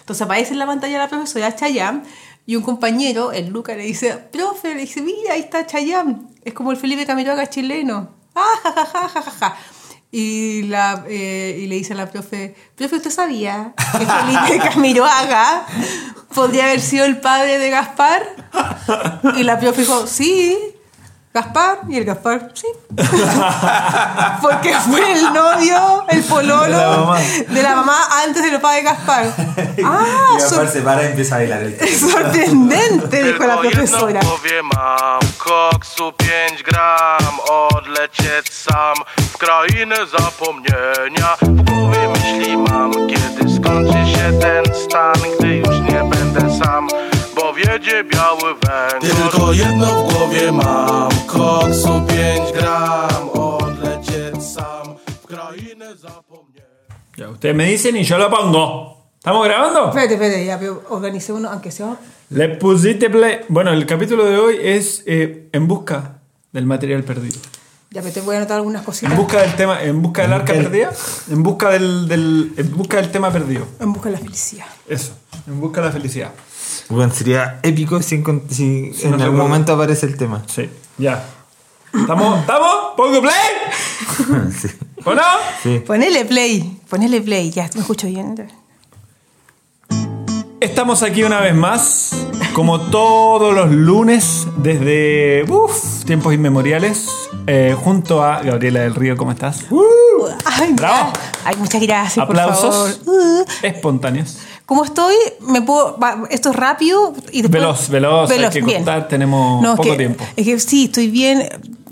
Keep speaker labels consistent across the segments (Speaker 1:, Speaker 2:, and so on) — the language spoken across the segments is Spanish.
Speaker 1: Entonces aparece en la pantalla la profesora Chayanne y un compañero, el Luca, le dice, profe, le dice, mira, ahí está Chayanne, es como el Felipe Camiroaga chileno. Ah, ja, ja, ja, ja, ja, ja. Y, la, eh, y le dice a la profe, profe, ¿usted sabía que Felipe Camiroaga podría haber sido el padre de Gaspar? Y la profe dijo, sí, Gaspar, y el Gaspar, sí. Porque fue el novio, el pololo de la mamá, antes de los padres de Gaspar. Ah,
Speaker 2: y Gaspar
Speaker 1: sor-
Speaker 2: se para y empieza a bailar el
Speaker 1: sorprendente, dijo la
Speaker 3: Tylko jedno
Speaker 1: profesora.
Speaker 3: powiem mam Koksu 5 gram Odlecieć sam W krainę zapomnienia W głowie myśli mam Kiedy skończy się ten stan Gdy już nie będę sam Bo wiedzie biały węgorz Tylko jedno w głowie mam Koksu 5 gram Odlecieć sam W krainę zapomnienia
Speaker 4: Ya, ustedes me dicen y yo lo pongo. ¿Estamos grabando?
Speaker 1: Espérate, espérate, ya, pero organicé uno, aunque sea.
Speaker 4: Le pusiste play. Bueno, el capítulo de hoy es eh, en busca del material perdido.
Speaker 1: Ya, pero te voy a anotar algunas cositas.
Speaker 4: En busca del tema, en busca del arca perdida. En busca del, del- en busca del tema perdido.
Speaker 1: En busca de la felicidad.
Speaker 4: Eso. En busca de la felicidad.
Speaker 2: Bueno, sería épico si, encon- si
Speaker 4: Si
Speaker 2: en
Speaker 4: no
Speaker 2: algún
Speaker 4: se acuerda.
Speaker 2: momento aparece el tema.
Speaker 4: Sí. Ya. ¿Estamos? ¿Estamos? ¿Pongo play?
Speaker 2: Sí.
Speaker 4: ¿O no?
Speaker 1: Ponele play, ponele play, ya, me escucho bien.
Speaker 4: Estamos aquí una vez más, como todos los lunes, desde uf, tiempos inmemoriales, eh, junto a Gabriela del Río. ¿Cómo estás?
Speaker 1: Uh. Ay,
Speaker 4: Bravo.
Speaker 1: Ay, muchas gracias,
Speaker 4: Aplausos
Speaker 1: por favor. Uh,
Speaker 4: espontáneos.
Speaker 1: ¿Cómo estoy? Me puedo, va, esto es rápido y después-
Speaker 4: Veloz, veloz, hay que
Speaker 1: bien.
Speaker 4: contar, tenemos
Speaker 1: es
Speaker 4: poco
Speaker 1: que-
Speaker 4: tiempo.
Speaker 1: Es que sí, estoy bien.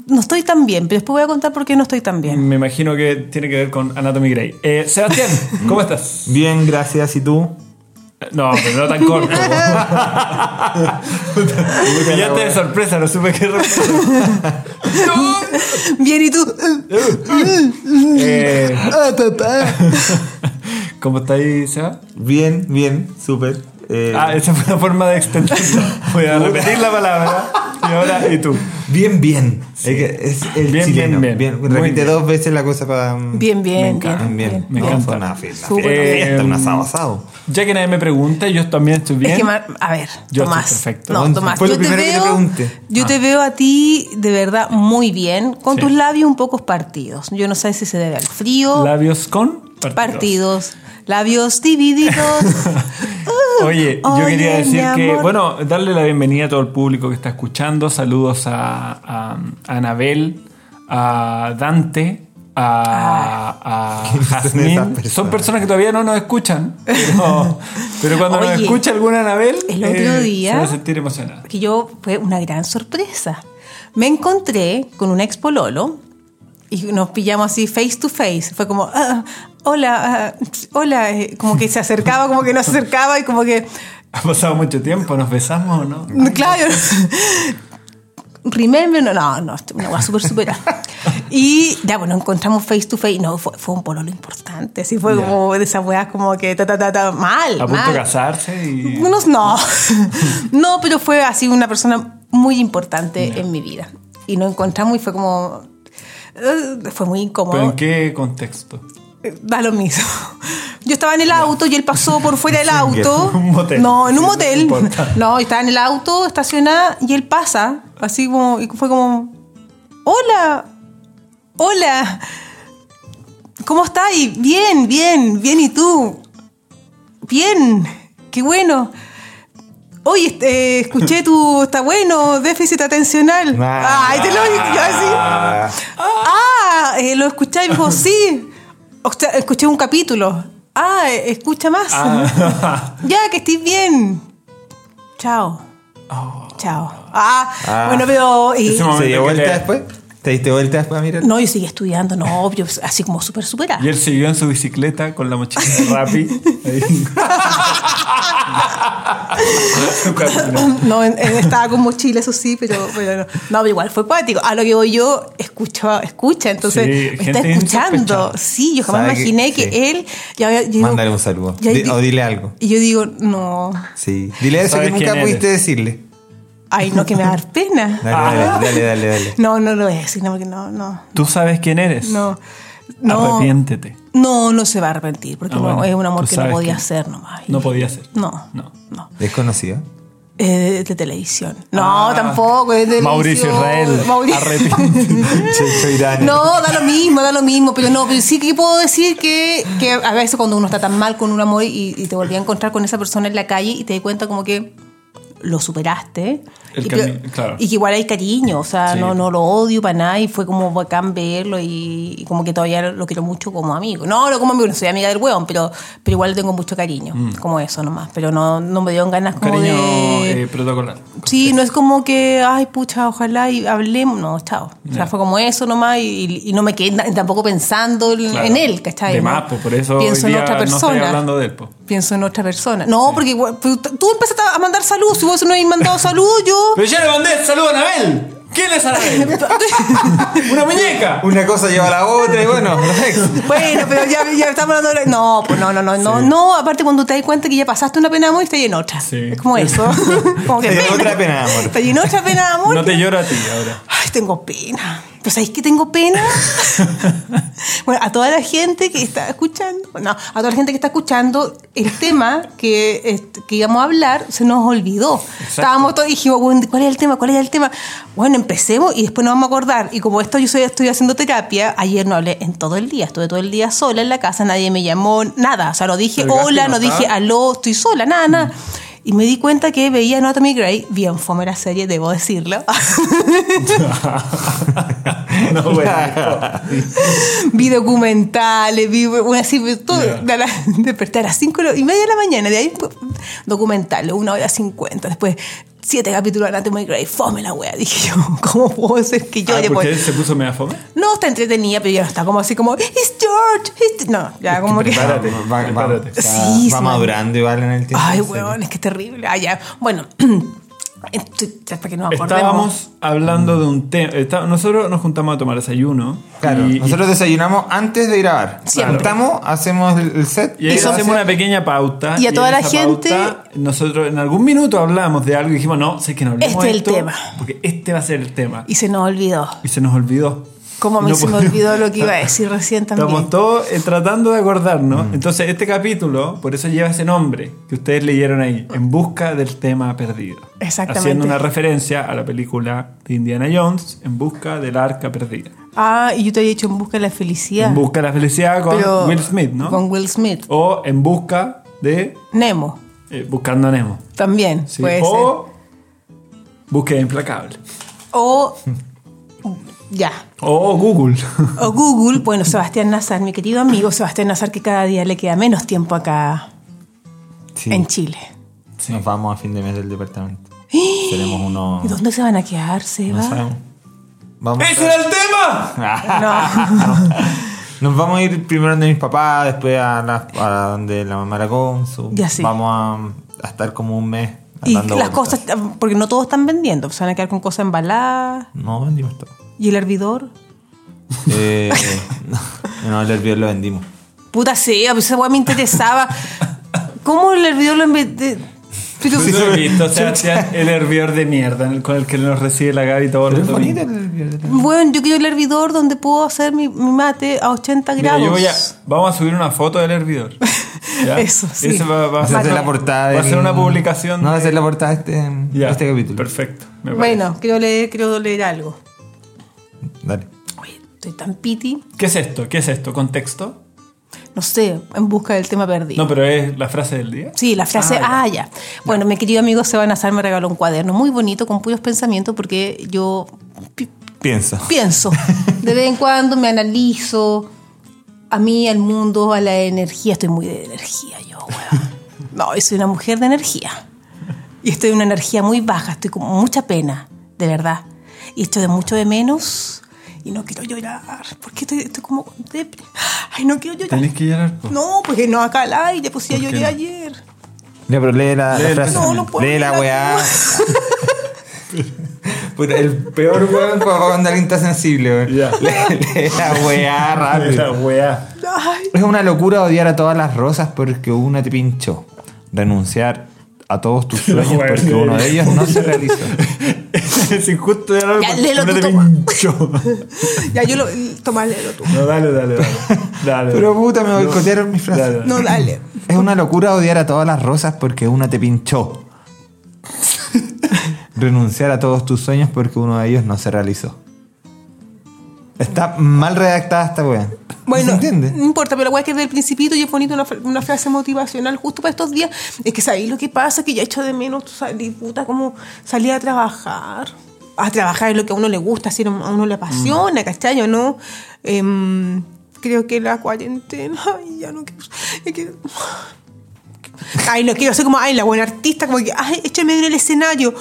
Speaker 1: No estoy tan bien, pero después voy a contar por qué no estoy tan bien.
Speaker 4: Me imagino que tiene que ver con Anatomy Grey. Eh, Sebastián, ¿cómo estás?
Speaker 2: Bien, gracias. ¿Y tú?
Speaker 4: No, pero no tan Mm, corto. Pillaste de sorpresa, no supe qué responder.
Speaker 1: Bien, ¿y tú?
Speaker 4: Eh,
Speaker 1: Ah, papá.
Speaker 4: ¿Cómo está ahí, Seba?
Speaker 2: Bien, bien, súper. Eh,
Speaker 4: Ah, esa fue una forma de extenderlo. Voy a repetir la palabra. Y ahora, ¿y tú?
Speaker 2: Bien, bien. Es, que es el
Speaker 4: Bien,
Speaker 2: chileno.
Speaker 4: bien, bien. Muy
Speaker 2: Repite
Speaker 4: bien.
Speaker 2: dos veces la cosa para. mm,
Speaker 1: Bien, bien,
Speaker 4: encanta.
Speaker 1: bien.
Speaker 2: Bien, bien.
Speaker 4: Me
Speaker 2: No,
Speaker 4: encanta.
Speaker 2: fue una fiesta.
Speaker 1: Súper.
Speaker 2: una fiesta, un
Speaker 4: Eh,
Speaker 2: asado, asado.
Speaker 4: Ya que nadie me pregunta, yo también estoy bien.
Speaker 1: Es que, Mar- a ver,
Speaker 4: Yo
Speaker 1: Tomás.
Speaker 4: estoy perfecto.
Speaker 1: No,
Speaker 2: Once.
Speaker 1: Tomás,
Speaker 2: Fue lo
Speaker 1: yo, te
Speaker 2: primero que te
Speaker 1: veo,
Speaker 2: pregunté.
Speaker 1: yo te veo a ti de verdad muy bien, con
Speaker 4: Ah. Sí.
Speaker 1: tus labios un poco partidos. Yo no sé si se debe al frío,
Speaker 4: Labios con partidos.
Speaker 1: partidos, labios divididos. Uh,
Speaker 4: Oye, yo quería
Speaker 1: oye,
Speaker 4: decir
Speaker 1: mi
Speaker 4: que,
Speaker 1: amor.
Speaker 4: bueno, darle la bienvenida a todo el público que está escuchando. Saludos a, a, a Anabel, a Dante, a,
Speaker 1: Ah.
Speaker 4: a
Speaker 2: ¿Quiénes son
Speaker 4: Jazmín.
Speaker 2: esas
Speaker 4: Son,
Speaker 2: personas?
Speaker 4: personas que todavía no nos escuchan, pero, pero cuando nos
Speaker 1: Oye,
Speaker 4: escucha alguna Anabel, eh,
Speaker 1: el otro día-
Speaker 4: se va a sentir emocionada.
Speaker 1: que yo fue una gran sorpresa. Me encontré con un ex pololo y nos pillamos así face to face. Fue como, "Ah, hola, ah, hola, eh, como que se acercaba, como que no se acercaba y como que,
Speaker 4: Ha pasado mucho tiempo, ¿nos besamos o no?
Speaker 1: claro. Remember, no, no, no, esto es una hueá súper superada. Y ya, bueno, encontramos face to face. No, fue, fue un pololo importante. Así fue
Speaker 4: Ya.
Speaker 1: como de esas weas como que ta, ta, ta, ta, mal.
Speaker 4: A punto
Speaker 1: mal.
Speaker 4: de casarse y...
Speaker 1: Unos no. no, pero fue así una persona muy importante en mi vida. Y nos encontramos y fue como. eh, Fue muy
Speaker 4: ¿Pero en
Speaker 1: incómodo.
Speaker 4: qué contexto?
Speaker 1: Eh, Da lo mismo. Yo estaba en el auto y él pasó por fuera del auto.
Speaker 4: Un motel.
Speaker 1: No, en un
Speaker 4: Sí,
Speaker 1: motel.
Speaker 4: no importa.
Speaker 1: No, estaba en el auto, estacionada, y él pasa, así como, y fue como, hola, hola, ¿cómo estás? Y Bien, bien, bien, ¿y tú? Bien, qué bueno. Oye, este, eh, escuché tu, está bueno, déficit atencional.
Speaker 2: Ah.
Speaker 1: Ay, te lo dije yo así.
Speaker 2: Ah,
Speaker 1: Ah, eh, lo escuché y me dijo, sí. O sea, escuché un capítulo. Ah, eh, escucha más.
Speaker 4: Ah,
Speaker 1: Ya, que estés bien. Chao. Chao. Ah, bueno, pero. y-
Speaker 4: Ese momento
Speaker 2: ¿Se dio
Speaker 4: que
Speaker 2: vuelta
Speaker 4: le-
Speaker 2: después? ¿Te diste vuelta después a mirar?
Speaker 1: no, yo seguí estudiando, no, obvio, así como súper superada.
Speaker 4: y él siguió en su bicicleta con la mochila de Rappi. Ahí. Su camino.
Speaker 1: No, en- en- estaba con mochila, eso sí, pero, pero no. No, pero igual fue cuático. A lo que voy yo, escucho, escucha, entonces
Speaker 4: Sí,
Speaker 1: me está
Speaker 4: gente
Speaker 1: escuchando.
Speaker 4: insospechada.
Speaker 1: Sí, yo jamás
Speaker 2: Sabe que-
Speaker 1: imaginé que,
Speaker 2: sí.
Speaker 1: él. ya había- yo digo-
Speaker 2: Mándale un saludo.
Speaker 1: ya
Speaker 2: Di-
Speaker 1: di-
Speaker 2: o dile algo.
Speaker 1: Y yo digo, no.
Speaker 2: Sí. Dile eso
Speaker 4: Sabes
Speaker 2: que nunca
Speaker 4: quién
Speaker 2: pudiste decirle.
Speaker 1: Ay, no, que me va a dar pena.
Speaker 4: Ah.
Speaker 1: Ah.
Speaker 2: Dale, dale, dale, dale, dale.
Speaker 1: No, no lo es, no, porque no, no.
Speaker 4: Tú sabes quién eres.
Speaker 1: No, No,
Speaker 4: Arrepiéntete.
Speaker 1: no, no se va a arrepentir, porque
Speaker 4: Ah,
Speaker 1: no-
Speaker 4: bueno,
Speaker 1: es un
Speaker 4: tú
Speaker 1: amor que no
Speaker 4: sabes
Speaker 1: podía
Speaker 4: que
Speaker 1: hacer nomás.
Speaker 4: No podía ser.
Speaker 1: No,
Speaker 4: No.
Speaker 1: no. no.
Speaker 2: Desconocido.
Speaker 1: Eh, de, de televisión. No,
Speaker 4: Ah,
Speaker 1: tampoco. Es de
Speaker 4: Mauricio
Speaker 1: televisión.
Speaker 4: Israel.
Speaker 1: Mauricio.
Speaker 4: Arrepiéntete.
Speaker 2: Checho Irán.
Speaker 1: No, da lo mismo, da lo mismo, pero no, pero sí que puedo decir que, que a veces cuando uno está tan mal con un amor y, y te volví a encontrar con esa persona en la calle y te das cuenta como que lo superaste
Speaker 4: El
Speaker 1: y, pero-
Speaker 4: cami- claro.
Speaker 1: y que igual hay cariño, o sea,
Speaker 4: Sí.
Speaker 1: no, no lo odio para nada y fue como bacán verlo y, y como que todavía lo quiero mucho como amigo. No, no como amigo, no soy amiga del hueón, pero, pero igual le tengo mucho cariño, como eso nomás, pero no, no me dieron ganas como
Speaker 4: Mm. Cariño
Speaker 1: de...
Speaker 4: eh, protocolar.
Speaker 1: Sí, no es como que, ay, pucha, ojalá y hablemos. No, chao. O sea, fue como eso nomás y, y no me quedé na- tampoco pensando en-
Speaker 4: Claro.
Speaker 1: en él, ¿cachai?
Speaker 4: De
Speaker 1: ¿no?
Speaker 4: más, pues, por eso
Speaker 1: Pienso
Speaker 4: hoy día
Speaker 1: en otra
Speaker 4: no estoy
Speaker 1: persona.
Speaker 4: hablando de él, pues.
Speaker 1: Pienso en otra persona. No, porque igual- pero t- tú empezaste a mandar salud. Si vos no habéis mandado salud, yo.
Speaker 4: Pero yo le mandé saludo a Anabel. ¿Quién es Anabel? ¡Una muñeca!
Speaker 2: Una cosa lleva a la otra y bueno, los ex.
Speaker 1: bueno, pero ya, ya estamos hablando de... No, pues no, no, no, no, no. Aparte, cuando te das cuenta que ya pasaste una pena de amor y estás en otra.
Speaker 4: Sí.
Speaker 1: Es como eso. como que
Speaker 2: Estás en otra pena de amor.
Speaker 1: Estás en otra pena de amor.
Speaker 4: No
Speaker 1: que-
Speaker 4: te lloro a ti ahora.
Speaker 1: Ay, tengo pena. ¿Pero sabéis que tengo pena? bueno, a toda la gente que está escuchando, no, a toda la gente que está escuchando, el tema que, este, que íbamos a hablar se nos olvidó. Estábamos todos y dijimos, bueno, ¿cuál es el tema? ¿Cuál es el tema? Bueno, empecemos y después nos vamos a acordar. Y como esto yo soy- estoy haciendo terapia, ayer no hablé en todo el día, estuve todo el día sola en la casa, nadie me llamó, nada. O sea, no dije
Speaker 4: El Gaspi
Speaker 1: hola,
Speaker 4: no
Speaker 1: no dije
Speaker 4: estaba.
Speaker 1: aló, estoy sola, nada, nada. Y me di cuenta que veía Anatomy Grey, bien fome la serie, debo decirlo.
Speaker 4: No, bueno.
Speaker 1: vi documentales, vi una así, vi todo.
Speaker 4: Ya.
Speaker 1: De la- desperté a las 5 y media de la mañana, de ahí pu- documentales, una hora 50, después siete capítulos de Anatomy Grey, fome la wea, dije yo, ¿cómo puedo ser que yo
Speaker 4: Ah,
Speaker 1: haya
Speaker 4: ¿Por qué
Speaker 1: podido-
Speaker 4: se puso media fome?
Speaker 1: No está entretenida, pero ya no está como así como, it's George, it's... No, ya como que...
Speaker 4: prepárate,
Speaker 2: Va, va-
Speaker 4: prepárate.
Speaker 2: o sea,
Speaker 1: Sí,
Speaker 2: va
Speaker 1: sí,
Speaker 2: madurando igual en el tiempo.
Speaker 1: Ay,
Speaker 2: en serio.
Speaker 1: weón, es que es terrible. Ah, ya. Bueno, estoy- hasta que nos acordemos.
Speaker 4: Estábamos hablando de un tema. está- Nosotros nos juntamos a tomar desayuno.
Speaker 2: Claro,
Speaker 4: y- y-
Speaker 2: nosotros desayunamos antes de grabar.
Speaker 1: Siempre.
Speaker 2: Juntamos, hacemos el el set.
Speaker 4: Y ahí
Speaker 2: gracias.
Speaker 4: hacemos una pequeña pauta.
Speaker 1: Y a toda
Speaker 4: en
Speaker 1: la
Speaker 4: esa
Speaker 1: gente-
Speaker 4: pauta, nosotros en algún minuto hablamos de algo y dijimos, no, sé que no hablemos
Speaker 1: Este es el
Speaker 4: esto,
Speaker 1: tema.
Speaker 4: Porque este va a ser el tema.
Speaker 1: Y se nos olvidó.
Speaker 4: Y se nos olvidó.
Speaker 1: Como a mí
Speaker 4: No
Speaker 1: se me
Speaker 4: podemos-
Speaker 1: olvidó lo que iba a decir recién también.
Speaker 4: Estamos todos eh, tratando de acordarnos.
Speaker 2: Mm.
Speaker 4: Entonces, este capítulo, por eso lleva ese nombre que ustedes leyeron ahí, En busca del tema perdido.
Speaker 1: Exactamente.
Speaker 4: Haciendo una referencia a la película de Indiana Jones, En busca del arca perdida.
Speaker 1: Ah, y yo te había dicho en busca de la felicidad.
Speaker 4: En busca de la felicidad con
Speaker 1: Pero-
Speaker 4: Will Smith, ¿no?
Speaker 1: Con Will Smith.
Speaker 4: O En busca de
Speaker 1: Nemo,
Speaker 4: eh, Buscando a Nemo.
Speaker 1: también.
Speaker 4: Sí.
Speaker 1: puede ser.
Speaker 4: O Búsqueda Implacable.
Speaker 1: O. Ya.
Speaker 4: O Google.
Speaker 1: O Google, bueno, Sebastián Nazar, mi querido amigo Sebastián Nazar, que cada día le queda menos tiempo acá
Speaker 2: Sí,
Speaker 1: en Chile. ¡Eh!
Speaker 2: Nos vamos a fin de mes del departamento. Tenemos uno.
Speaker 1: ¿Y dónde se van a quedar, Seba?
Speaker 2: No sabemos. Vamos.
Speaker 4: ¡Ese era el tema!
Speaker 2: Nos vamos a ir primero donde mis papás, después a, la, a donde la mamá la Consu.
Speaker 1: Ya sé.
Speaker 2: Vamos a, a estar como un mes.
Speaker 1: Y
Speaker 2: dando
Speaker 1: las
Speaker 2: vueltas.
Speaker 1: cosas, porque no todos están vendiendo, se van a quedar con cosas embaladas.
Speaker 2: No vendimos todo.
Speaker 1: ¿Y el hervidor?
Speaker 2: Eh, no, el hervidor lo vendimos.
Speaker 1: Puta sea, pues esa weá me interesaba. ¿Cómo el hervidor lo inventé? Pero,
Speaker 4: Tú lo has visto, Sebastián, el hervidor de mierda en el- con el que nos recibe la Gaby todos los
Speaker 2: Es bonito
Speaker 4: domingos.
Speaker 2: el hervidor.
Speaker 1: bueno, yo quiero el hervidor donde puedo hacer mi, mi mate a 80
Speaker 4: Mira,
Speaker 1: grados.
Speaker 4: yo voy a, vamos a subir una foto del hervidor. ¿Ya?
Speaker 1: Eso, sí.
Speaker 4: Ese va, va a
Speaker 2: Vamos a hacer
Speaker 4: ser
Speaker 2: la portada.
Speaker 4: Va a
Speaker 2: del-
Speaker 4: ser una publicación.
Speaker 2: No, va a ser la portada de este,
Speaker 4: Ya,
Speaker 2: este capítulo.
Speaker 4: Perfecto. me parece.
Speaker 1: Bueno, quiero leer, quiero leer algo.
Speaker 2: Dale.
Speaker 1: Oye, estoy tan piti.
Speaker 4: ¿Qué es esto? ¿Qué es esto? ¿Contexto?
Speaker 1: No sé, en busca del tema perdido.
Speaker 4: No, pero es la frase del día.
Speaker 1: Sí, la frase, ah, ya. Bueno, mi querido amigo Seba Nazar me regaló un cuaderno muy bonito con puros pensamientos porque yo pi-
Speaker 2: Piensa.
Speaker 1: pienso. De vez en cuando me analizo a mí, al mundo, a la energía. Estoy muy de energía yo, weón. No, yo soy una mujer de energía. Y estoy en una energía muy baja. Estoy con mucha pena, de verdad. Y echo de mucho de menos. Y no quiero llorar. Porque estoy, estoy como... depre. Ay, no quiero llorar.
Speaker 4: Tenés que llorar. po.
Speaker 1: No, porque no acá al aire. Pues ya
Speaker 4: ¿Por qué
Speaker 1: lloré
Speaker 4: no?
Speaker 1: ayer.
Speaker 2: Ya, pero lee la,
Speaker 4: Lee
Speaker 2: la
Speaker 4: el
Speaker 2: frase.
Speaker 1: pensamiento. No, no puedo
Speaker 2: lee la
Speaker 1: leer la
Speaker 2: weá.
Speaker 1: tuya.
Speaker 2: Puta, el peor weón para cuando alguien está sensible, weón.
Speaker 4: Ya.
Speaker 2: Lee, lee la weá
Speaker 4: Esa
Speaker 2: rápido.
Speaker 4: weá.
Speaker 1: Ay.
Speaker 2: Es una locura odiar a todas las rosas porque una te pinchó. Renunciar a todos tus sueños
Speaker 4: Bueno.
Speaker 2: porque uno de ellos no se realizó.
Speaker 4: es injusto ya
Speaker 1: Ya, léelo
Speaker 4: no
Speaker 1: tú,
Speaker 4: te
Speaker 1: toma.
Speaker 4: pincho.
Speaker 1: Ya, yo lo. Tomás, léelo tú.
Speaker 4: No, dale, dale, dale. dale
Speaker 2: Pero puta, me boicotearon mis
Speaker 4: dale,
Speaker 2: frases.
Speaker 4: dale.
Speaker 1: No, dale.
Speaker 2: Es una locura odiar a todas las rosas porque una te pinchó. Renunciar a todos tus sueños porque uno de ellos no se realizó. Está mal redactada esta wea.
Speaker 1: Bueno,
Speaker 2: ¿Se entiende?
Speaker 1: no importa, pero la weá que es del principito y es bonito una, fra- una frase motivacional justo para estos días. Es que sabéis lo que pasa, que ya echo de menos salir, puta, como salir a trabajar. A trabajar es lo que a uno le gusta, hacer a uno le apasiona,
Speaker 2: Mm.
Speaker 1: ¿cachai? ¿O no? Em, creo que la cuarentena, ay, ya no quiero... es que- Ay, no quiero ser como, ay, la buena artista, como que, ay, echo de menos el escenario.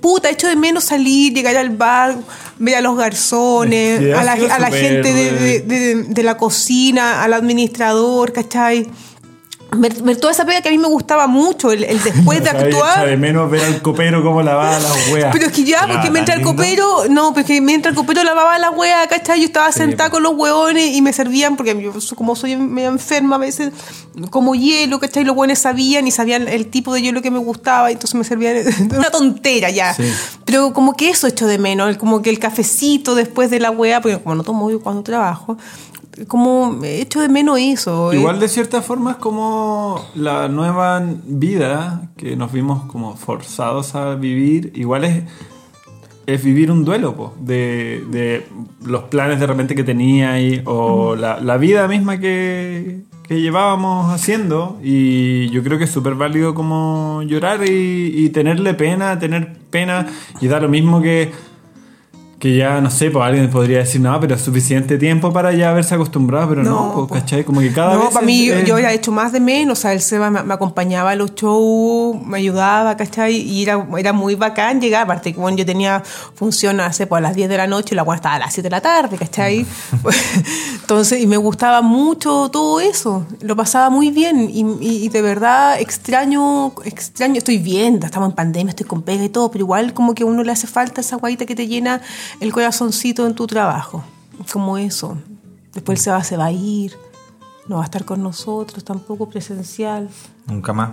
Speaker 1: Puta, echo de menos salir, llegar al bar, ver a los garzones,
Speaker 4: Es que
Speaker 1: a la,
Speaker 4: ha sido
Speaker 1: a la
Speaker 4: súper,
Speaker 1: gente de-
Speaker 4: eh,
Speaker 1: de, de, de la cocina, al administrador, ¿cachai? Ver, ver toda esa pega que a mí me gustaba mucho, el, el después de
Speaker 4: Ay, echa de
Speaker 1: actuar.
Speaker 4: menos ver al copero cómo lavaba las weas.
Speaker 1: Pero es que ya,
Speaker 4: Lavaba
Speaker 1: porque mientras el
Speaker 4: lindo.
Speaker 1: copero, no, porque mientras el copero lavaba la wea, ¿cachai? Yo estaba sentada con los hueones y me servían, porque yo, so- como soy medio enferma a veces, como hielo, ¿cachai? Los hueones sabían y sabían el tipo de hielo que me gustaba, y entonces me servían una tontera ya.
Speaker 4: Sí.
Speaker 1: Pero como que eso echo de menos, el- como que el cafecito después de la wea, porque como no tomo yo cuando trabajo, como echo de menos eso. eh.
Speaker 4: Igual de cierta forma es como la nueva vida que nos vimos como forzados a vivir. Igual es, es vivir un duelo po, de, de los planes de repente que tenía y- o la, la vida misma que, que llevábamos haciendo. Y yo creo que es súper válido como llorar y, y tenerle pena, tener pena y da lo mismo que que ya, no sé, pues alguien podría decir, no, pero es suficiente tiempo para ya haberse acostumbrado, pero no,
Speaker 1: No,
Speaker 4: pues,
Speaker 1: pues.
Speaker 4: ¿cachai? Como que cada
Speaker 1: no,
Speaker 4: vez.
Speaker 1: para mí
Speaker 4: es-
Speaker 1: yo había hecho más de menos, o sea, el Seba me, me acompañaba a los shows, me ayudaba, ¿cachai? Y era, era muy bacán llegar, aparte que bueno, yo tenía función hace pues, a las 10 de la noche y la buena estaba a las 7 de la tarde, ¿cachai? Entonces, y me gustaba mucho todo eso, lo pasaba muy bien y, y- y de verdad extraño, extraño, estoy viendo, estamos en pandemia, estoy con pega y todo, pero igual como que a uno le hace falta esa guaita que te llena el corazoncito en tu trabajo, como eso. Después el Seba se va a ir. No va a estar con nosotros, tampoco presencial.
Speaker 2: Nunca más.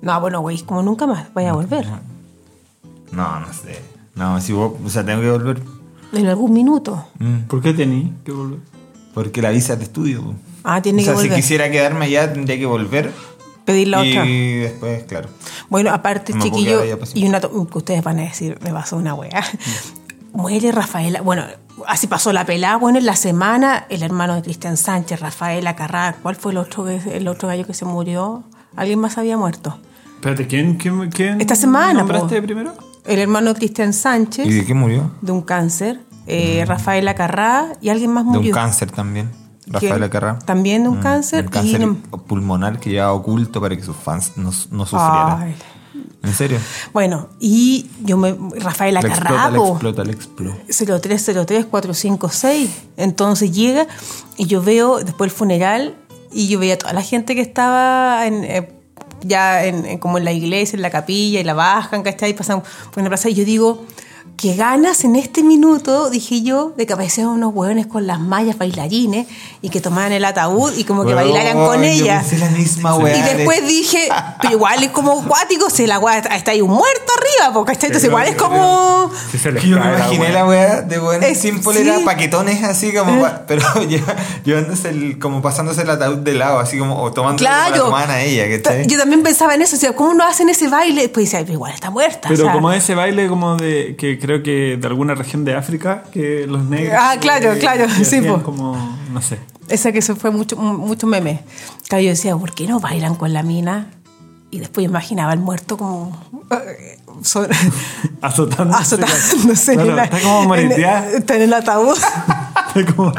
Speaker 1: No, bueno, güey, como nunca más vaya a volver.
Speaker 2: No, no sé. No, si vos, o sea, tengo que volver.
Speaker 1: En algún minuto.
Speaker 4: ¿Por qué tení que volver?
Speaker 2: Porque la visa es de estudio. po.
Speaker 1: Ah, tiene
Speaker 2: o sea,
Speaker 1: que
Speaker 2: si
Speaker 1: volver.
Speaker 2: quisiera quedarme allá tendría que volver.
Speaker 1: Pedir la otra.
Speaker 2: y después, claro.
Speaker 1: Bueno, aparte,
Speaker 2: No me puedo
Speaker 1: chiquillo,
Speaker 2: quedar ahí, pues, sí.
Speaker 1: y una to- que ustedes van a decir, me pasó una weá.
Speaker 2: Mm.
Speaker 1: Muere Rafaela, bueno, así pasó la pelada, bueno, en la semana, el hermano de Cristian Sánchez, Rafaela Carrá, ¿cuál fue el otro, que- el otro gallo que se murió? Alguien más había muerto.
Speaker 4: Espérate, ¿quién, quién, quién
Speaker 1: Esta semana,
Speaker 4: nombraste
Speaker 1: po.
Speaker 4: primero?
Speaker 1: El hermano de Cristian Sánchez,
Speaker 2: ¿Y de qué murió?
Speaker 1: de un cáncer, eh, Rafaela Carrá, y alguien más
Speaker 2: De
Speaker 1: murió.
Speaker 2: un cáncer también. Rafael
Speaker 1: ¿Quién?
Speaker 2: Acarra.
Speaker 1: También de un cáncer.
Speaker 2: Un Mm, cáncer
Speaker 1: y no-
Speaker 2: pulmonar que llevaba oculto para que sus fans no, no sufrieran.
Speaker 1: Ay.
Speaker 2: ¿En serio?
Speaker 1: Bueno, y yo me. Rafael
Speaker 2: Le explota, le
Speaker 1: Acarrabo.
Speaker 2: explota, le explota.
Speaker 1: 0303456. Entonces llega y yo veo después el funeral y yo veía a toda la gente que estaba en, eh, ya en, en- como en la iglesia, en la capilla y la bajan, ¿cachai? Y pasan por una plaza y yo digo, qué ganas en este minuto, dije yo, de que aparecieran unos hueones con las mallas bailarines y que tomaran el ataúd y como que
Speaker 2: Weón,
Speaker 1: bailaran con
Speaker 2: yo
Speaker 1: ella.
Speaker 2: pensé la misma Ah, weá,
Speaker 1: Y
Speaker 2: Alex.
Speaker 1: después dije, pero igual es como acuático, si la weá está ahí un muerto arriba, porque entonces igual es como.
Speaker 4: Sí, se les
Speaker 2: Yo me
Speaker 4: cae la
Speaker 2: imaginé
Speaker 4: wea.
Speaker 2: la weá de buenas
Speaker 1: Es-
Speaker 2: sin polera,
Speaker 1: sí. Eh.
Speaker 2: paquetones así como, pa- pero lleva- llevándose el, como pasándose el ataúd de lado, así como, o tomando la
Speaker 1: Claro.
Speaker 2: tomada a ella, ¿cachai?
Speaker 1: Yo también pensaba en eso, o sea, ¿cómo no hacen ese baile? Después dice, "Ay, pero igual está muerta.
Speaker 4: Pero
Speaker 1: o sea.
Speaker 4: como ese baile como de que creo que de alguna región de África que los negros
Speaker 1: Ah, claro,
Speaker 4: eh,
Speaker 1: claro,
Speaker 4: que
Speaker 1: sí,
Speaker 4: hacían
Speaker 1: po.
Speaker 4: como no sé.
Speaker 1: Esa que se fue mucho, mucho meme. Claro, yo decía, ¿por qué no bailan con la mina? Y después imaginaba al muerto como. eh, so-
Speaker 4: Azotando.
Speaker 1: azotándose en
Speaker 4: Claro,
Speaker 1: la-
Speaker 4: está como moreteada.
Speaker 1: en- está en el ataúd.
Speaker 4: Está como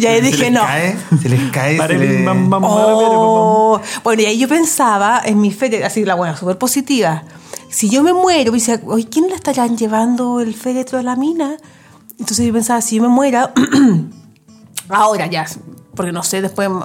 Speaker 1: y ahí
Speaker 2: Se
Speaker 1: dije,
Speaker 2: les
Speaker 1: no.
Speaker 2: Cae, se les cae. se
Speaker 4: Para
Speaker 2: les-
Speaker 1: este-
Speaker 4: el bam, bam, bam,
Speaker 1: Oh, bueno, y ahí yo pensaba en mi féretro, así la buena, súper positiva. Si yo me muero, me decía, "Oye, ¿quién la estarán llevando el féretro a la mina? Entonces yo pensaba, si yo me muera, ahora ya, porque no sé, después mm,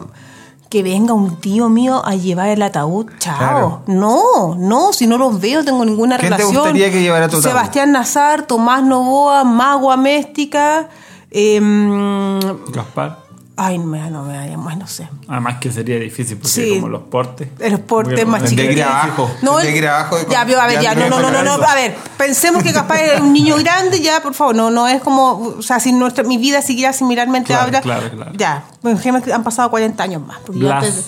Speaker 1: que venga un tío mío a llevar el ataúd, chao.
Speaker 2: Claro.
Speaker 1: No, no, si no los veo, tengo ninguna
Speaker 2: ¿Quién te
Speaker 1: relación.
Speaker 2: gustaría que llevara tu ataúd?
Speaker 1: Sebastián Nazar, Tomás Novoa, Magua Méstica. em,
Speaker 4: Gaspar.
Speaker 1: Ay, me- no me daría más, no sé.
Speaker 4: Además que sería difícil porque
Speaker 1: Sí.
Speaker 4: como los portes.
Speaker 1: El porte es
Speaker 4: Bueno,
Speaker 1: más
Speaker 2: tendría
Speaker 1: chiquito.
Speaker 2: que ir abajo, tendría que ir abajo y-
Speaker 1: ya, pero a ver,
Speaker 2: ya
Speaker 1: ya, no,
Speaker 2: tendría
Speaker 1: no,
Speaker 2: que
Speaker 1: no, no, no,
Speaker 2: sacar
Speaker 1: a ver, pensemos que capaz era un niño grande, ya, por favor, no, no es como, o sea, si nuestra, mi vida siguiera similarmente
Speaker 4: Claro,
Speaker 1: ahora,
Speaker 4: claro, claro.
Speaker 1: ya, imagínate que han pasado 40 años más. porque yo
Speaker 4: Blas.
Speaker 1: antes-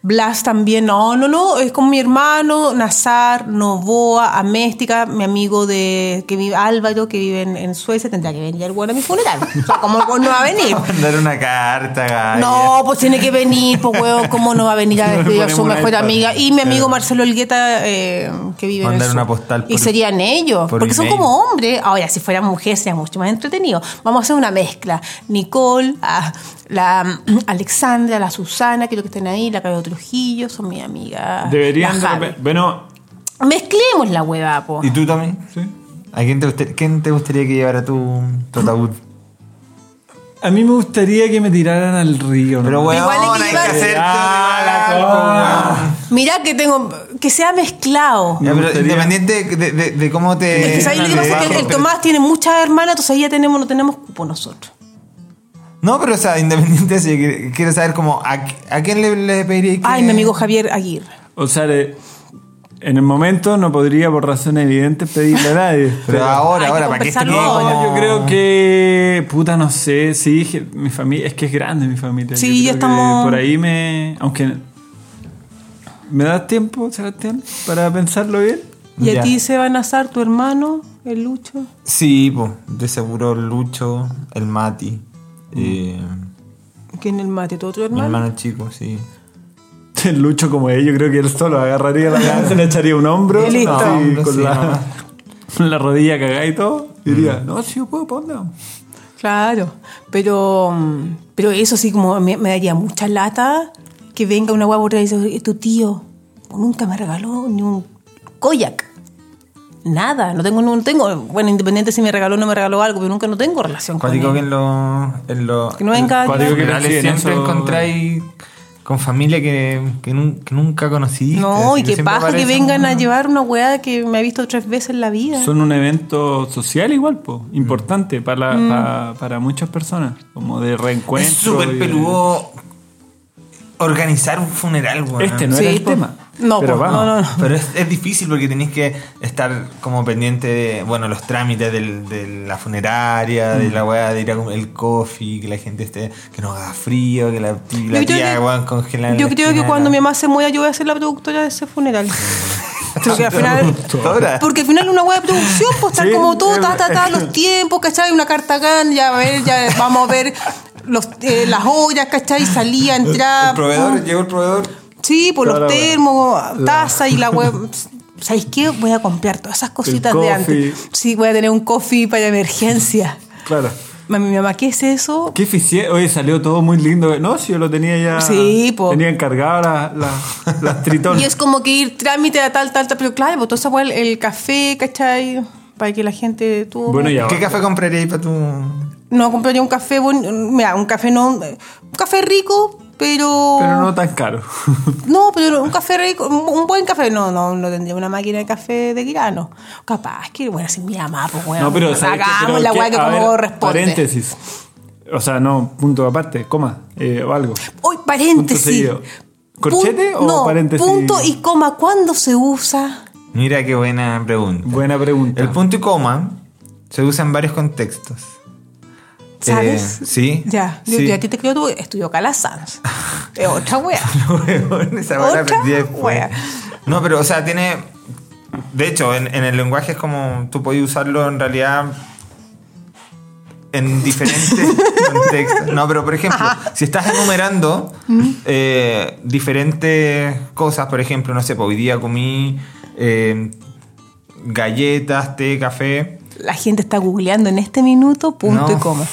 Speaker 1: Blas también, no, no, no, es con mi hermano, Nazar, Novoa, Améstica, mi amigo de que vive, Álvaro, que vive en, en Suecia, tendrá que venir el bueno a mi funeral, o sea, como no va a venir.
Speaker 2: Mandar una carta, Gaia.
Speaker 1: No, pues tiene que venir, pues huevo, ¿cómo no va a venir a
Speaker 4: Le
Speaker 1: despedir a
Speaker 4: ponemos
Speaker 1: su
Speaker 4: un
Speaker 1: mejor
Speaker 4: iPad.
Speaker 1: amiga? Y mi amigo
Speaker 2: Claro.
Speaker 1: Marcelo Elgueta, eh, que vive en el
Speaker 2: Mandar
Speaker 1: sur.
Speaker 2: una postal
Speaker 1: Y
Speaker 2: por-
Speaker 1: serían ellos,
Speaker 2: por
Speaker 1: porque son
Speaker 2: email.
Speaker 1: como hombres. Ahora, si fueran mujeres, sería mucho más entretenido. Vamos a hacer una mezcla. Nicole, a la mm, Alexandra, la Susana, creo que estén ahí, la Cayo Trujillo, son mi amiga. la
Speaker 4: Deberían... de
Speaker 1: Javi.
Speaker 4: repente- bueno,
Speaker 1: Mezclemos la hueva, po.
Speaker 2: ¿Y tú también?
Speaker 4: sí.
Speaker 2: ¿A quién te, guste- quién te gustaría que llevara tu, tu ataúd?
Speaker 4: A mí me gustaría que me tiraran al río.
Speaker 2: Pero
Speaker 4: ¿no?
Speaker 2: weón,
Speaker 1: Igual hay que
Speaker 2: hay que
Speaker 1: llevar-
Speaker 2: hacer
Speaker 4: Eh, Ah, la cosa.
Speaker 1: Mirá que tengo. que sea mezclado.
Speaker 2: Ya,
Speaker 4: Me
Speaker 2: pero
Speaker 4: gustaría-
Speaker 2: independiente de, de- de- de cómo te.
Speaker 1: Es que ¿sabes lo que
Speaker 2: de-
Speaker 1: pasa? Es que el, el
Speaker 2: pero-
Speaker 1: Tomás tiene muchas hermanas, entonces ahí ya tenemos, no tenemos cupo nosotros.
Speaker 2: No, pero o sea, independiente, si qu- quiero saber como a, a quién le, le pediría que-
Speaker 1: Ay, mi amigo Javier Aguirre.
Speaker 4: O sea, de- en el momento no podría por razones evidentes pedirle a nadie.
Speaker 2: Pero ahora,
Speaker 1: Hay que
Speaker 2: ahora, para que esto
Speaker 1: conversarlo
Speaker 2: quede
Speaker 1: ahora.
Speaker 2: como-
Speaker 4: Yo creo que. Puta, no sé. Sí, je- mi familia. Es que es grande mi familia.
Speaker 1: Sí,
Speaker 4: Yo creo
Speaker 1: ya
Speaker 4: que
Speaker 1: estamos-
Speaker 4: Por ahí me. Aunque. ¿Me das tiempo, Sebastián? Para pensarlo bien.
Speaker 1: Y
Speaker 2: Ya.
Speaker 1: a ti se van a asar tu hermano, el Lucho.
Speaker 2: Sí, po, de seguro Lucho, el Mati.
Speaker 1: Mm.
Speaker 2: eh,
Speaker 1: ¿Quién es el mate? ¿Tu otro
Speaker 2: mi
Speaker 1: hermano?
Speaker 2: hermano chico, sí.
Speaker 4: El Lucho, como él, yo creo que él solo agarraría la cabeza, le echaría un hombro.
Speaker 1: Y listo.
Speaker 4: así,
Speaker 2: Hombro,
Speaker 4: con,
Speaker 2: sí,
Speaker 4: la,
Speaker 2: nomás. Mm.
Speaker 4: con la rodilla cagada y todo. y Diría, no, si yo puedo, ¿para dónde vamos?".
Speaker 1: Claro. Pero, mm, pero eso sí, como me, me daría mucha lata que venga una guagua y dice, "Oye, tu tío nunca me regaló ni un koyak. Nada, no tengo, no tengo, bueno, independiente si me regaló o no me regaló algo, pero nunca no tengo relación con
Speaker 2: Cuático
Speaker 1: él.
Speaker 2: que en los. En los
Speaker 1: Que no venga-
Speaker 2: cuático que
Speaker 4: Cuático
Speaker 2: en
Speaker 4: que sí, en
Speaker 2: siempre
Speaker 4: eso-
Speaker 2: encontráis con familia que, que, nun- que nunca conociste.
Speaker 1: No,
Speaker 2: así
Speaker 1: y que
Speaker 2: siempre
Speaker 1: paja que
Speaker 2: aparecen-
Speaker 1: vengan a llevar una weá que me ha visto tres veces en la vida.
Speaker 4: Son un evento social igual, po,
Speaker 1: Mm.
Speaker 4: importante para, para, para muchas personas, como de reencuentro.
Speaker 2: Es súper
Speaker 4: y de-
Speaker 2: peludo organizar un funeral, weón.
Speaker 4: Este no
Speaker 1: Sí,
Speaker 4: era el
Speaker 1: po.
Speaker 4: tema.
Speaker 1: No,
Speaker 4: pero
Speaker 1: po,
Speaker 4: vamos.
Speaker 1: no, no, no.
Speaker 2: Pero es, es difícil porque tenés que estar como pendiente de, bueno, los trámites del- de la funeraria,
Speaker 4: Mm.
Speaker 2: de la weá, de ir a com- el coffee, que la gente esté, que no haga frío, que la, y la
Speaker 1: Yo creo
Speaker 2: tía,
Speaker 1: que-
Speaker 2: weón, congelada en
Speaker 1: Yo
Speaker 2: la
Speaker 1: creo
Speaker 2: esquina
Speaker 1: que
Speaker 2: de
Speaker 1: cuando
Speaker 2: la-
Speaker 1: mi mamá se muera, yo voy a ser la productora de ese funeral. Porque al final.
Speaker 2: Productora.
Speaker 1: Porque al final una web de producción, pues estar
Speaker 4: Sí,
Speaker 1: como todo,
Speaker 4: es-
Speaker 1: ta, ta, ta, los tiempos, ¿cachai? Una carta GAN, ya a ver, ya vamos a ver los, eh, las ollas, ¿cachai? Salía, entraba.
Speaker 2: El proveedor,
Speaker 1: pum.
Speaker 2: llegó el proveedor.
Speaker 1: Sí, por
Speaker 4: Claro,
Speaker 1: los
Speaker 4: bueno.
Speaker 1: termos, taza y la web. ¿Sabéis qué? Voy a comprar todas esas cositas de antes.
Speaker 4: coffee.
Speaker 1: Sí, voy a tener un coffee para emergencia.
Speaker 4: Claro.
Speaker 1: Mami, mi mamá, ¿qué es eso?
Speaker 4: Qué eficiente. Oye, salió todo muy lindo. No, si yo lo tenía ya.
Speaker 1: Sí, po.
Speaker 4: Tenía encargada la- la- las tritones.
Speaker 1: Y es como que ir trámite a tal, tal, tal. Pero claro, pues todo esa weá, el- el café, ¿cachai? Para que la gente tuvo.
Speaker 4: Bueno, ya.
Speaker 2: ¿Qué café comprarías para tu...?
Speaker 1: No, compraría un café, bon- mira, un café no. Un café rico, pero.
Speaker 4: Pero no tan caro.
Speaker 1: No, pero un café rico, un un buen café. No, no, no tendría una máquina de café de grano. Capaz que, bueno, sin mi mamá, pues, weón.
Speaker 4: No, pero ¿sabes qué?
Speaker 1: Hagamos
Speaker 4: Pero
Speaker 1: la
Speaker 4: que-
Speaker 1: weá que
Speaker 4: a
Speaker 1: como
Speaker 4: ver,
Speaker 1: responde.
Speaker 4: Paréntesis. O sea, no, punto aparte, coma, eh, o algo.
Speaker 1: Hoy,
Speaker 4: Punto
Speaker 1: paréntesis.
Speaker 4: seguido. ¿Corchete
Speaker 1: Pun-
Speaker 4: o
Speaker 1: no,
Speaker 4: paréntesis?
Speaker 1: Punto y coma, ¿cuándo se usa?
Speaker 2: Mira qué buena pregunta.
Speaker 4: Buena pregunta.
Speaker 2: El punto y coma se usa en varios contextos.
Speaker 1: ¿Sabes?
Speaker 2: Eh, sí.
Speaker 1: Ya, yo,
Speaker 2: Sí.
Speaker 1: yo a ti te creo, tú estudió Calasanz. Es otra wea.
Speaker 2: Weón, esa weá la
Speaker 1: Otra
Speaker 2: aprendí después.
Speaker 1: wea.
Speaker 2: No, pero, o sea, tiene. De hecho, en, en el lenguaje es como. Tú podés usarlo en realidad. En diferentes contextos. No, pero por ejemplo, si estás enumerando eh, diferentes cosas, por ejemplo, no sé, pues, hoy día comí eh, galletas, té, café.
Speaker 1: La gente está googleando en este minuto, punto
Speaker 2: No.
Speaker 1: y coma.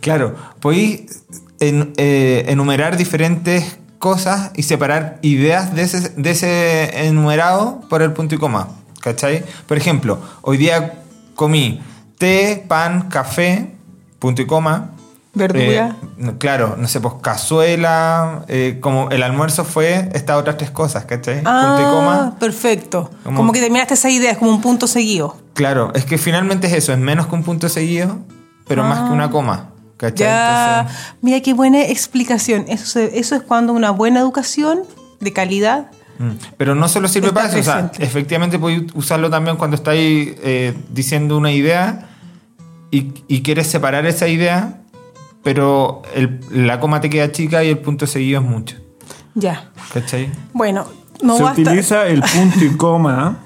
Speaker 2: Claro, podéis en- eh, enumerar diferentes cosas y separar ideas de ese, de ese enumerado por el punto y coma. ¿Cachai? Por ejemplo, hoy día comí té, pan, café, punto y coma.
Speaker 1: Verdura.
Speaker 2: Eh, no, claro, no sé, pues cazuela, eh, como el almuerzo fue estas otras tres cosas, ¿cachai? punto y
Speaker 1: ah,
Speaker 2: coma.
Speaker 1: perfecto.
Speaker 2: ¿Cómo?
Speaker 1: Como que terminaste esa idea, es como un punto seguido.
Speaker 2: Claro, es que finalmente es eso, es menos que un punto seguido, pero más que una coma. ¿Cachai?
Speaker 1: Ya,
Speaker 2: Entonces,
Speaker 1: mira qué buena explicación. Eso, se- eso es cuando una buena educación de calidad.
Speaker 2: Mm. Pero no solo sirve
Speaker 1: Está
Speaker 2: para eso, o sea,
Speaker 1: presente.
Speaker 2: efectivamente podéis usarlo también cuando estáis eh, diciendo una idea y, y quieres separar esa idea, pero el- la coma te queda chica y el punto seguido es mucho.
Speaker 1: Ya.
Speaker 2: ¿Cachai?
Speaker 1: Bueno, no
Speaker 4: Se
Speaker 1: basta.
Speaker 4: utiliza el punto y coma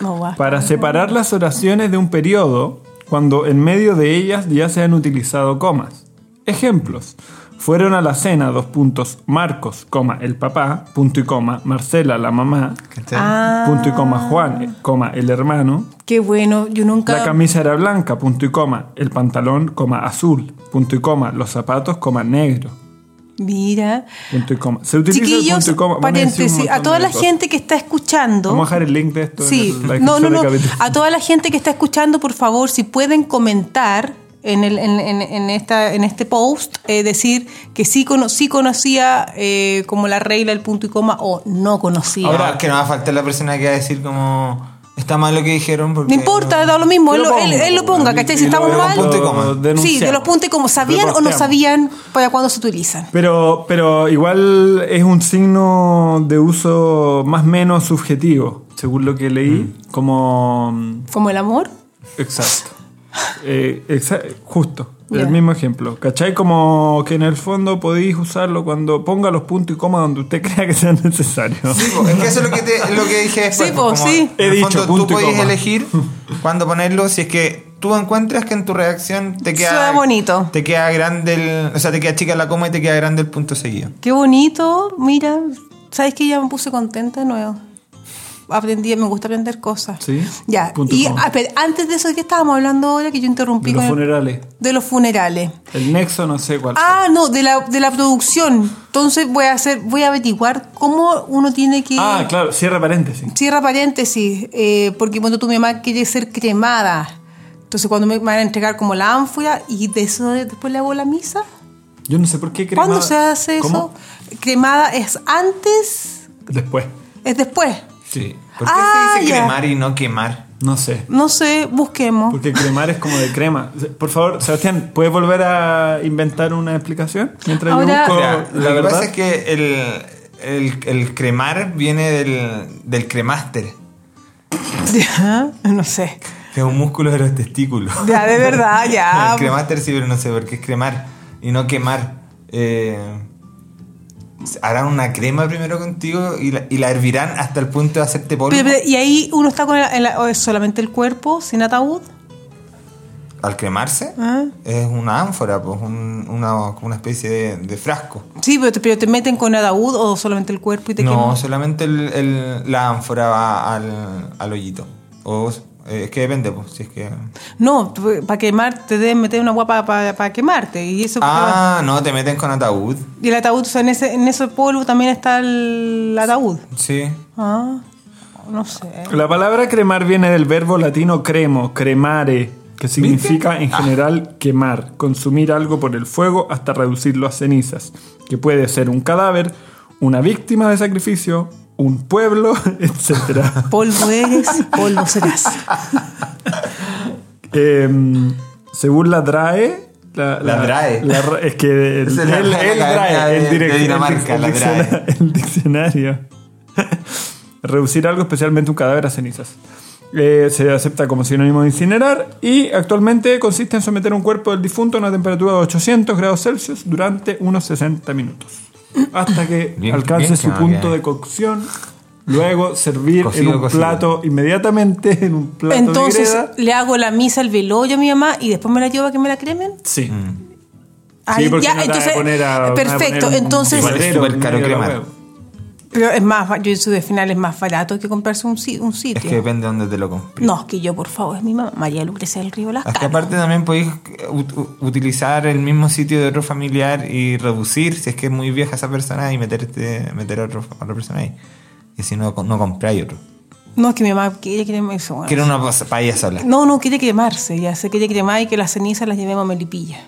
Speaker 1: No basta.
Speaker 4: para separar las oraciones de un periodo cuando en medio de ellas ya se han utilizado comas. Ejemplos. Fueron a la cena, dos puntos, Marcos, coma, el papá, punto y coma, Marcela, la mamá,
Speaker 2: ¿Cachai?
Speaker 1: Ah.
Speaker 4: punto y coma, Juan, eh, coma, el hermano.
Speaker 1: Qué bueno, yo nunca.
Speaker 4: La camisa era blanca, punto y coma, el pantalón, coma, azul, punto y coma, los zapatos, coma, negro,
Speaker 1: Mira.
Speaker 4: punto y coma. Se utiliza el
Speaker 1: Chiquillos,
Speaker 4: punto y coma. bueno, y así un
Speaker 1: paréntesis, a
Speaker 4: montón
Speaker 1: toda
Speaker 4: de
Speaker 1: la
Speaker 4: cosas.
Speaker 1: gente que está escuchando.
Speaker 4: Vamos a dejar el link de esto. en
Speaker 1: Sí,
Speaker 4: la
Speaker 1: no, no,
Speaker 4: descripción
Speaker 1: no.
Speaker 4: del capítulo.
Speaker 1: A toda la gente que está escuchando, por favor, si pueden comentar en, el, en, en- en esta, en este post, eh, decir que sí, cono- sí conocía eh, como la regla, el punto y coma, o no conocía.
Speaker 2: Ahora que no va a faltar la persona que va a decir como está mal lo que dijeron porque
Speaker 1: no importa, da lo mismo, él lo, él- él lo ponga, ¿cachai? Si
Speaker 4: Y lo-
Speaker 1: estamos
Speaker 4: y lo-
Speaker 1: mal,
Speaker 2: punto y
Speaker 4: lo
Speaker 2: coma.
Speaker 1: sí, de
Speaker 4: denunciamos.
Speaker 1: los puntos y como sabían
Speaker 4: Lo
Speaker 1: o no
Speaker 4: posteamos.
Speaker 1: sabían para cuándo se utilizan.
Speaker 4: Pero, pero igual es un signo de uso más o menos subjetivo, según lo que leí. Como. mm,
Speaker 1: Como el amor,
Speaker 4: Exacto. Eh, exa- justo.
Speaker 1: Ya.
Speaker 4: El mismo ejemplo. ¿Cachai? Como que en el fondo podéis usarlo cuando ponga los puntos y coma donde usted crea que sean necesarios.
Speaker 2: Sí, po, es que eso es lo que, te- lo que dije después,
Speaker 1: Sí,
Speaker 2: po,
Speaker 1: po, sí.
Speaker 2: en
Speaker 4: He
Speaker 2: el
Speaker 4: dicho,
Speaker 2: fondo
Speaker 4: punto y
Speaker 2: tú podés
Speaker 4: coma.
Speaker 2: elegir cuándo ponerlo si es que tú encuentras que en tu reacción te queda
Speaker 1: Suena bonito.
Speaker 2: te queda grande el, o sea te queda chica la coma y te queda grande el punto seguido
Speaker 1: qué bonito, mira, ¿sabes que Ya me puse contenta de nuevo. Aprendí, me gusta aprender cosas.
Speaker 4: Sí.
Speaker 1: Ya,
Speaker 4: Punto
Speaker 1: y
Speaker 4: coma.
Speaker 1: ah, pero antes de eso, ¿de qué estábamos hablando ahora? Que yo interrumpí
Speaker 4: De los
Speaker 1: con el-
Speaker 4: funerales.
Speaker 1: de los funerales.
Speaker 4: El nexo, no sé cuál.
Speaker 1: Ah, no, de la, de la producción. Entonces voy a hacer, voy a averiguar cómo uno tiene que...
Speaker 4: Ah, claro, cierra paréntesis.
Speaker 1: Cierra paréntesis, eh, porque cuando tu mamá quiere ser cremada, entonces cuando me van a entregar como la ánfora y de eso después le hago la misa.
Speaker 4: Yo no sé por qué cremada-
Speaker 1: ¿Cuándo se hace
Speaker 4: ¿Cómo?
Speaker 1: eso? Cremada es antes,
Speaker 4: Después.
Speaker 1: es después.
Speaker 4: Sí.
Speaker 2: ¿Por qué
Speaker 1: Ah,
Speaker 2: se dice
Speaker 1: ya.
Speaker 2: cremar y no quemar?
Speaker 4: No sé.
Speaker 1: No sé, busquemos.
Speaker 4: Porque cremar es como de crema. Por favor, Sebastián, ¿puedes volver a inventar una explicación? Mientras
Speaker 1: Ahora-
Speaker 4: yo busco
Speaker 2: Mira,
Speaker 4: la
Speaker 2: lo que
Speaker 4: verdad.
Speaker 2: pasa es que el, el- el cremar viene del, del cremaster,
Speaker 1: Ya, no sé.
Speaker 2: que es un músculo de los testículos.
Speaker 1: Ya, de verdad, ya.
Speaker 2: El cremaster sí, pero Eh, no sé por qué es cremar y no quemar. Eh, harán una crema primero contigo y la, y la hervirán hasta el punto de hacerte polvo.
Speaker 1: Pero, pero, y ahí uno está con el- el- o es solamente el cuerpo, sin ataúd.
Speaker 2: Al cremarse
Speaker 1: Ah.
Speaker 2: es una ánfora, pues un- una, como una especie de, de frasco.
Speaker 1: Sí, pero te, pero te meten con ataúd o solamente el cuerpo y te
Speaker 2: No,
Speaker 1: queman.
Speaker 2: solamente el- el- la ánfora va al, al hoyito. O, eh, es que depende, pues, si es que...
Speaker 1: No, para quemar te deben meter una guapa para quemarte. Y eso
Speaker 2: Ah, no, te meten con ataúd.
Speaker 1: Y el ataúd, o sea, en ese, en ese polvo también está el ataúd.
Speaker 2: Sí.
Speaker 1: Ah, no sé.
Speaker 4: La palabra cremar viene del verbo latino cremo, cremare, que significa en
Speaker 2: Ah.
Speaker 4: general quemar, consumir algo por el fuego hasta reducirlo a cenizas, que puede ser un cadáver, una víctima de sacrificio, un pueblo, etc.
Speaker 1: Polvo eres, polvo serás.
Speaker 4: Em, según la DRAE. La,
Speaker 2: La DRAE.
Speaker 4: la ra- es que el,
Speaker 2: Es la
Speaker 4: el- el
Speaker 2: Academia
Speaker 4: DRAE, el
Speaker 2: de-
Speaker 4: direc-
Speaker 2: de Dinamarca,
Speaker 4: el
Speaker 2: la
Speaker 4: dicciona-
Speaker 2: DRAE.
Speaker 4: el diccionario. Reducir algo, especialmente un cadáver, a cenizas. Eh, se acepta como sinónimo de incinerar y actualmente consiste en someter un cuerpo del difunto a una temperatura de 800 grados Celsius durante unos 60 minutos hasta que
Speaker 2: Bien-
Speaker 4: alcance
Speaker 2: bien
Speaker 4: su
Speaker 2: quemado
Speaker 4: punto
Speaker 2: queda.
Speaker 4: de cocción luego servir
Speaker 2: Cocido,
Speaker 4: en un
Speaker 2: cocido.
Speaker 4: plato inmediatamente en un plato de
Speaker 1: Entonces
Speaker 4: greda
Speaker 1: le hago la misa al velorio a mi mamá y después me la llevo a que me la cremen.
Speaker 4: Sí.
Speaker 2: Mm.
Speaker 1: Ay,
Speaker 4: porque
Speaker 1: ya,
Speaker 4: no te van a
Speaker 1: entonces,
Speaker 4: poner a- no te van a
Speaker 1: perfecto.
Speaker 4: poner un
Speaker 1: entonces,
Speaker 2: Igual es
Speaker 4: madero
Speaker 2: súper
Speaker 4: en
Speaker 2: caro
Speaker 4: medio de la
Speaker 2: cremar.
Speaker 4: web.
Speaker 1: pero es más, ba- yo en su de final es más barato que comprarse un, si- un
Speaker 2: Es
Speaker 1: sitio.
Speaker 2: que depende de dónde te lo compres.
Speaker 1: No, es que yo, por favor, es mi mamá, María Lucrecia del Río Las
Speaker 2: Es que
Speaker 1: Caras.
Speaker 2: aparte también podéis eh, ut- u- utilizar el mismo sitio de otro familiar y reducir, si es que es muy vieja esa persona, y meterte, meter a, otro, a otra persona ahí. Y si no, co- no compráis otro.
Speaker 1: No, es que mi mamá quiere cremarse. bueno.
Speaker 2: Que era una cosa- paella sola.
Speaker 1: No, no, quiere cremarse, ya se quiere cremar y que las cenizas las llevemos a Melipilla.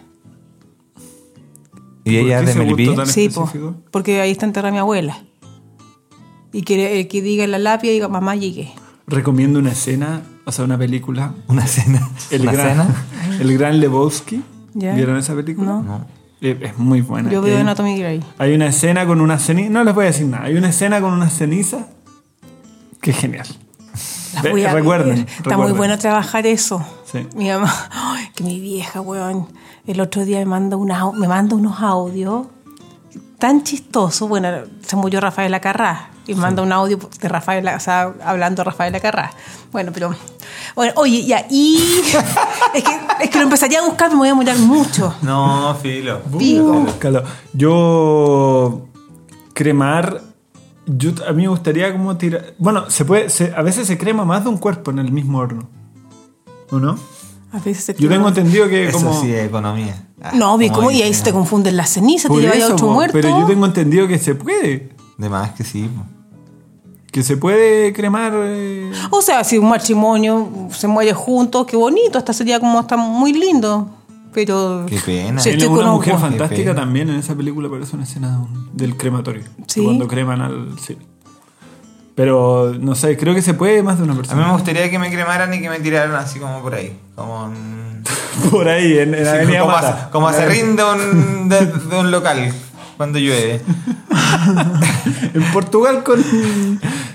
Speaker 2: Y ella
Speaker 4: ¿Por
Speaker 2: es
Speaker 4: qué
Speaker 2: de
Speaker 4: ese gusto
Speaker 2: Melipilla.
Speaker 4: tan-
Speaker 1: Sí, po,
Speaker 4: específico?
Speaker 1: porque ahí está enterrada mi abuela. Y que, eh, que diga en la lápida, diga, mamá, llegué.
Speaker 4: Recomiendo una escena, o sea, una película.
Speaker 2: Una cena.
Speaker 4: El
Speaker 2: una
Speaker 4: gran,
Speaker 2: cena.
Speaker 4: El gran Lebowski,
Speaker 1: Ya.
Speaker 4: ¿Vieron esa película?
Speaker 1: No.
Speaker 4: Eh, Es muy buena.
Speaker 1: Yo veo
Speaker 4: Eh,
Speaker 1: Anatomy Grey.
Speaker 4: Hay una escena con una ceniza. No les voy a decir nada. Hay una escena con una ceniza que es genial.
Speaker 1: Las
Speaker 4: Ve-
Speaker 1: voy a
Speaker 4: recuerden,
Speaker 1: ver. Está muy
Speaker 4: recuerden.
Speaker 1: bueno trabajar eso.
Speaker 4: Sí.
Speaker 1: Mi mamá, ay, que mi vieja, weón, el otro día me manda, una au- me manda unos audios tan chistosos. Bueno, se murió Rafael Acarrá y me manda un audio de Rafael, o sea, hablando de Rafael Acarrá. Bueno, pero, bueno, oye, ya, y es, que, es que lo empezaría a buscar, me voy a mirar mucho.
Speaker 2: No, filo.
Speaker 1: Pico.
Speaker 4: Búscalo. Yo cremar. Yo, a mí me gustaría como tirar. Bueno, se puede. se- a veces se crema más de un cuerpo en el mismo horno. ¿O no?
Speaker 1: A veces se
Speaker 4: Yo tengo entendido que
Speaker 2: Eso
Speaker 4: como.
Speaker 2: sí es economía. Ah,
Speaker 1: No, vi
Speaker 2: como
Speaker 1: cómo, y ahí
Speaker 2: dicen.
Speaker 1: se te confunden las cenizas, te
Speaker 4: Por
Speaker 1: llevas a
Speaker 4: eso,
Speaker 1: otro
Speaker 4: po,
Speaker 1: muerto.
Speaker 4: Pero yo tengo entendido que se puede.
Speaker 2: De más que sí. po.
Speaker 4: Que se puede cremar. eh,
Speaker 1: O sea, si un matrimonio se muere juntos, qué bonito, hasta sería como está muy lindo. Pero.
Speaker 2: Qué pena.
Speaker 1: Si estoy
Speaker 4: Tiene
Speaker 1: con
Speaker 4: una
Speaker 1: un-
Speaker 4: mujer
Speaker 2: Qué
Speaker 4: fantástica
Speaker 2: pena.
Speaker 4: también en esa película, pero es una escena de un- del crematorio.
Speaker 1: Sí.
Speaker 4: Cuando creman al. Sí. Pero no sé, creo que se puede más de una
Speaker 2: A mí
Speaker 4: persona.
Speaker 2: me gustaría que me cremaran y que me tiraran así como por ahí. Como, en-
Speaker 4: Por ahí, en, en
Speaker 2: Sí,
Speaker 4: Avenida
Speaker 2: como,
Speaker 4: Mata.
Speaker 2: hace- como hace rinde un, de, de un local cuando llueve.
Speaker 4: En Portugal con.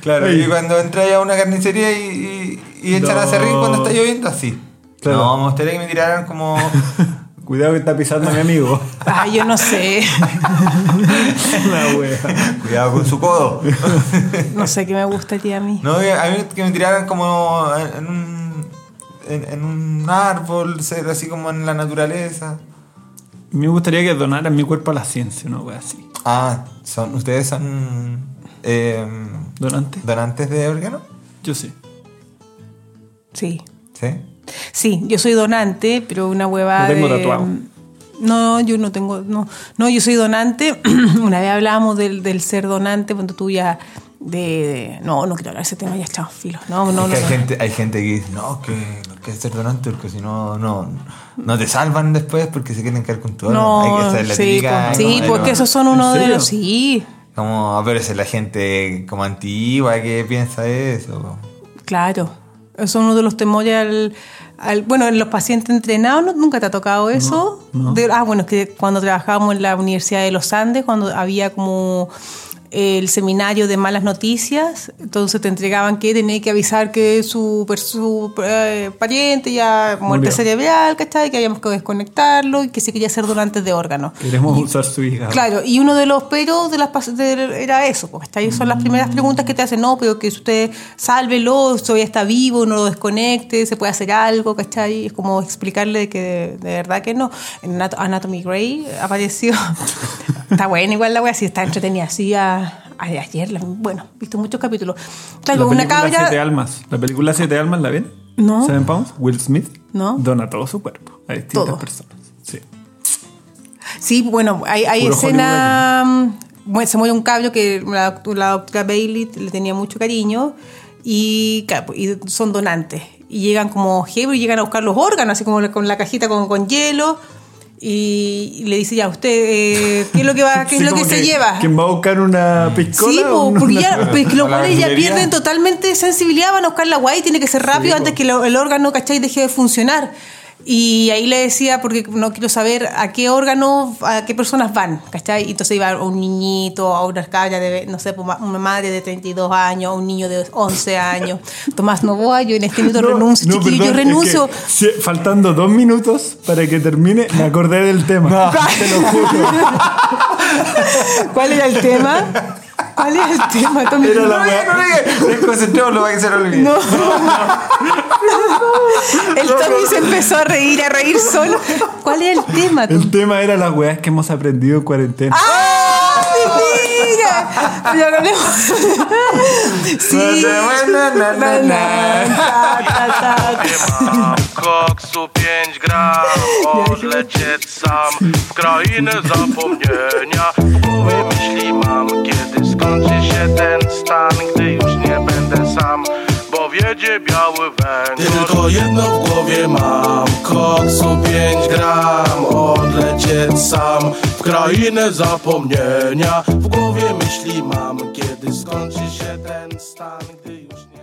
Speaker 2: Claro,
Speaker 4: Oye,
Speaker 2: y cuando entras a una carnicería y, y, y echan
Speaker 4: No.
Speaker 2: a serrín cuando está lloviendo, así.
Speaker 4: Claro.
Speaker 2: No, me gustaría que me tiraran como.
Speaker 4: Cuidado que está pisando a mi amigo.
Speaker 1: Ah, yo no sé.
Speaker 4: La wea.
Speaker 2: Cuidado con su codo.
Speaker 1: No sé qué me gustaría a mí.
Speaker 2: No, a mí que me tiraran como en, en un. En, en un árbol, ser así como en la naturaleza.
Speaker 4: Me gustaría que donaran mi cuerpo a la ciencia, una wea así.
Speaker 2: Ah, son, ustedes son. eh,
Speaker 4: ¿Donante?
Speaker 2: donantes de órgano.
Speaker 4: Yo sí.
Speaker 1: Sí.
Speaker 2: Sí.
Speaker 1: Sí, yo soy donante, pero una huevada.
Speaker 4: Lo tengo
Speaker 1: de-
Speaker 4: tatuado.
Speaker 1: No, yo no tengo. No, no yo soy donante. una vez hablábamos del, del ser donante, cuando tú ya. De, de- no, no quiero hablar de ese tema, ya chao, filo. No, no, no.
Speaker 2: Es que hay,
Speaker 1: no.
Speaker 2: Gente, hay gente que dice, no, que, que ser donante porque si no, no, no te salvan después porque se quieren quedar con tu
Speaker 1: No,
Speaker 2: órgano. hay que hacer la
Speaker 1: sí,
Speaker 2: típica,
Speaker 1: pues, sí,
Speaker 2: como-
Speaker 1: porque esos son
Speaker 4: ¿En
Speaker 1: uno de
Speaker 4: serio?
Speaker 1: los. Sí,
Speaker 2: Como, pero esa es la gente como antigua que piensa eso.
Speaker 1: Claro, es uno de los temores al, al- bueno, en los pacientes entrenados ¿no? nunca te ha tocado eso. De- ah, bueno, es que cuando trabajábamos en la Universidad de los Andes, cuando había como el seminario de malas noticias, entonces te entregaban que tenía que avisar que su, per- su eh, pariente ya muerte
Speaker 4: Murió.
Speaker 1: cerebral, ¿cachai? Que habíamos que desconectarlo y que se quería ser donantes de órganos.
Speaker 4: Queremos usar su hígado.
Speaker 1: Claro, y uno de los peros de las pas- de- era eso, porque hasta ahí son las primeras preguntas que te hacen, no, pero que usted sálvelo, todavía está vivo, no lo desconecte, se puede hacer algo, ¿cachai? Es como explicarle que de, de verdad que no. En Anat- Anatomy Grey apareció, está bueno igual la wea, sí, está entretenida, sí, a, a- ayer, la- bueno, he visto muchos capítulos. Claro,
Speaker 4: la
Speaker 1: una
Speaker 4: película Siete
Speaker 1: cabra...
Speaker 4: Almas. ¿La película Siete Almas la ven?
Speaker 1: No.
Speaker 4: ¿Seven Pounds? Will Smith
Speaker 1: No.
Speaker 4: dona todo su cuerpo a distintas
Speaker 1: Todo.
Speaker 4: personas. Sí.
Speaker 1: Sí, bueno, hay, hay
Speaker 4: Puro
Speaker 1: escena. bueno, se muere un cabrio que la, doc- la doctora Bailey le tenía mucho cariño y, claro, pues, y son donantes. Y llegan como hebreos y llegan a buscar los órganos, así como la- con la cajita con, con hielo. Y, y le dice ya, usted, eh, ¿qué es lo que, va, qué es
Speaker 4: Sí,
Speaker 1: lo que,
Speaker 4: como
Speaker 1: se lleva?
Speaker 4: ¿Quién va a buscar una piscola?
Speaker 1: Sí,
Speaker 4: o
Speaker 1: po,
Speaker 4: una-
Speaker 1: porque ya, pues, que los
Speaker 2: A la
Speaker 1: cuales ya
Speaker 2: artillería.
Speaker 1: pierden totalmente sensibilidad, van a buscar la guay, tiene que ser rápido antes que lo- el órgano, ¿cachai?, deje de funcionar. Y ahí le decía, porque no quiero saber a qué órgano, a qué personas van, ¿cachai? Y entonces iba a un niñito, a una cabra de, no sé, pues, ma- una madre de 32 años, a un niño de 11 años. Tomás Novoa, yo en este minuto renuncio,
Speaker 4: no,
Speaker 1: chiquillo, yo
Speaker 4: perdón, es
Speaker 1: renuncio.
Speaker 4: que, sí, faltando dos minutos para que termine, me acordé del tema. Te lo juro.
Speaker 1: ¿Cuál era el tema? ¿Cuál era el tema, Tomás?
Speaker 4: Era la
Speaker 2: No,
Speaker 4: wea-
Speaker 2: ya no le Desconcentrémoslo para que se lo olvide.
Speaker 1: No. El Tommy se empezó a reír, a reír solo. ¿Cuál es el tema?
Speaker 4: El tema era las weas que hemos aprendido en cuarentena.
Speaker 1: ¡Ah! ¡Mentira! Pero hablemos- Sí.
Speaker 2: Na, na, na, na.
Speaker 1: Ta, ta, ta.
Speaker 3: Nie mam koksu 5 gram Odlecieć sam w krainę zapomnienia W głowie myśli mam, kiedy skończy się ten stan Gdy już nie będę sam, bo wiedzie biały węgorz Tylko jedno w głowie mam, koksu 5 gram Odlecieć sam w krainę zapomnienia W głowie myśli mam, kiedy skończy się ten stan Gdy już nie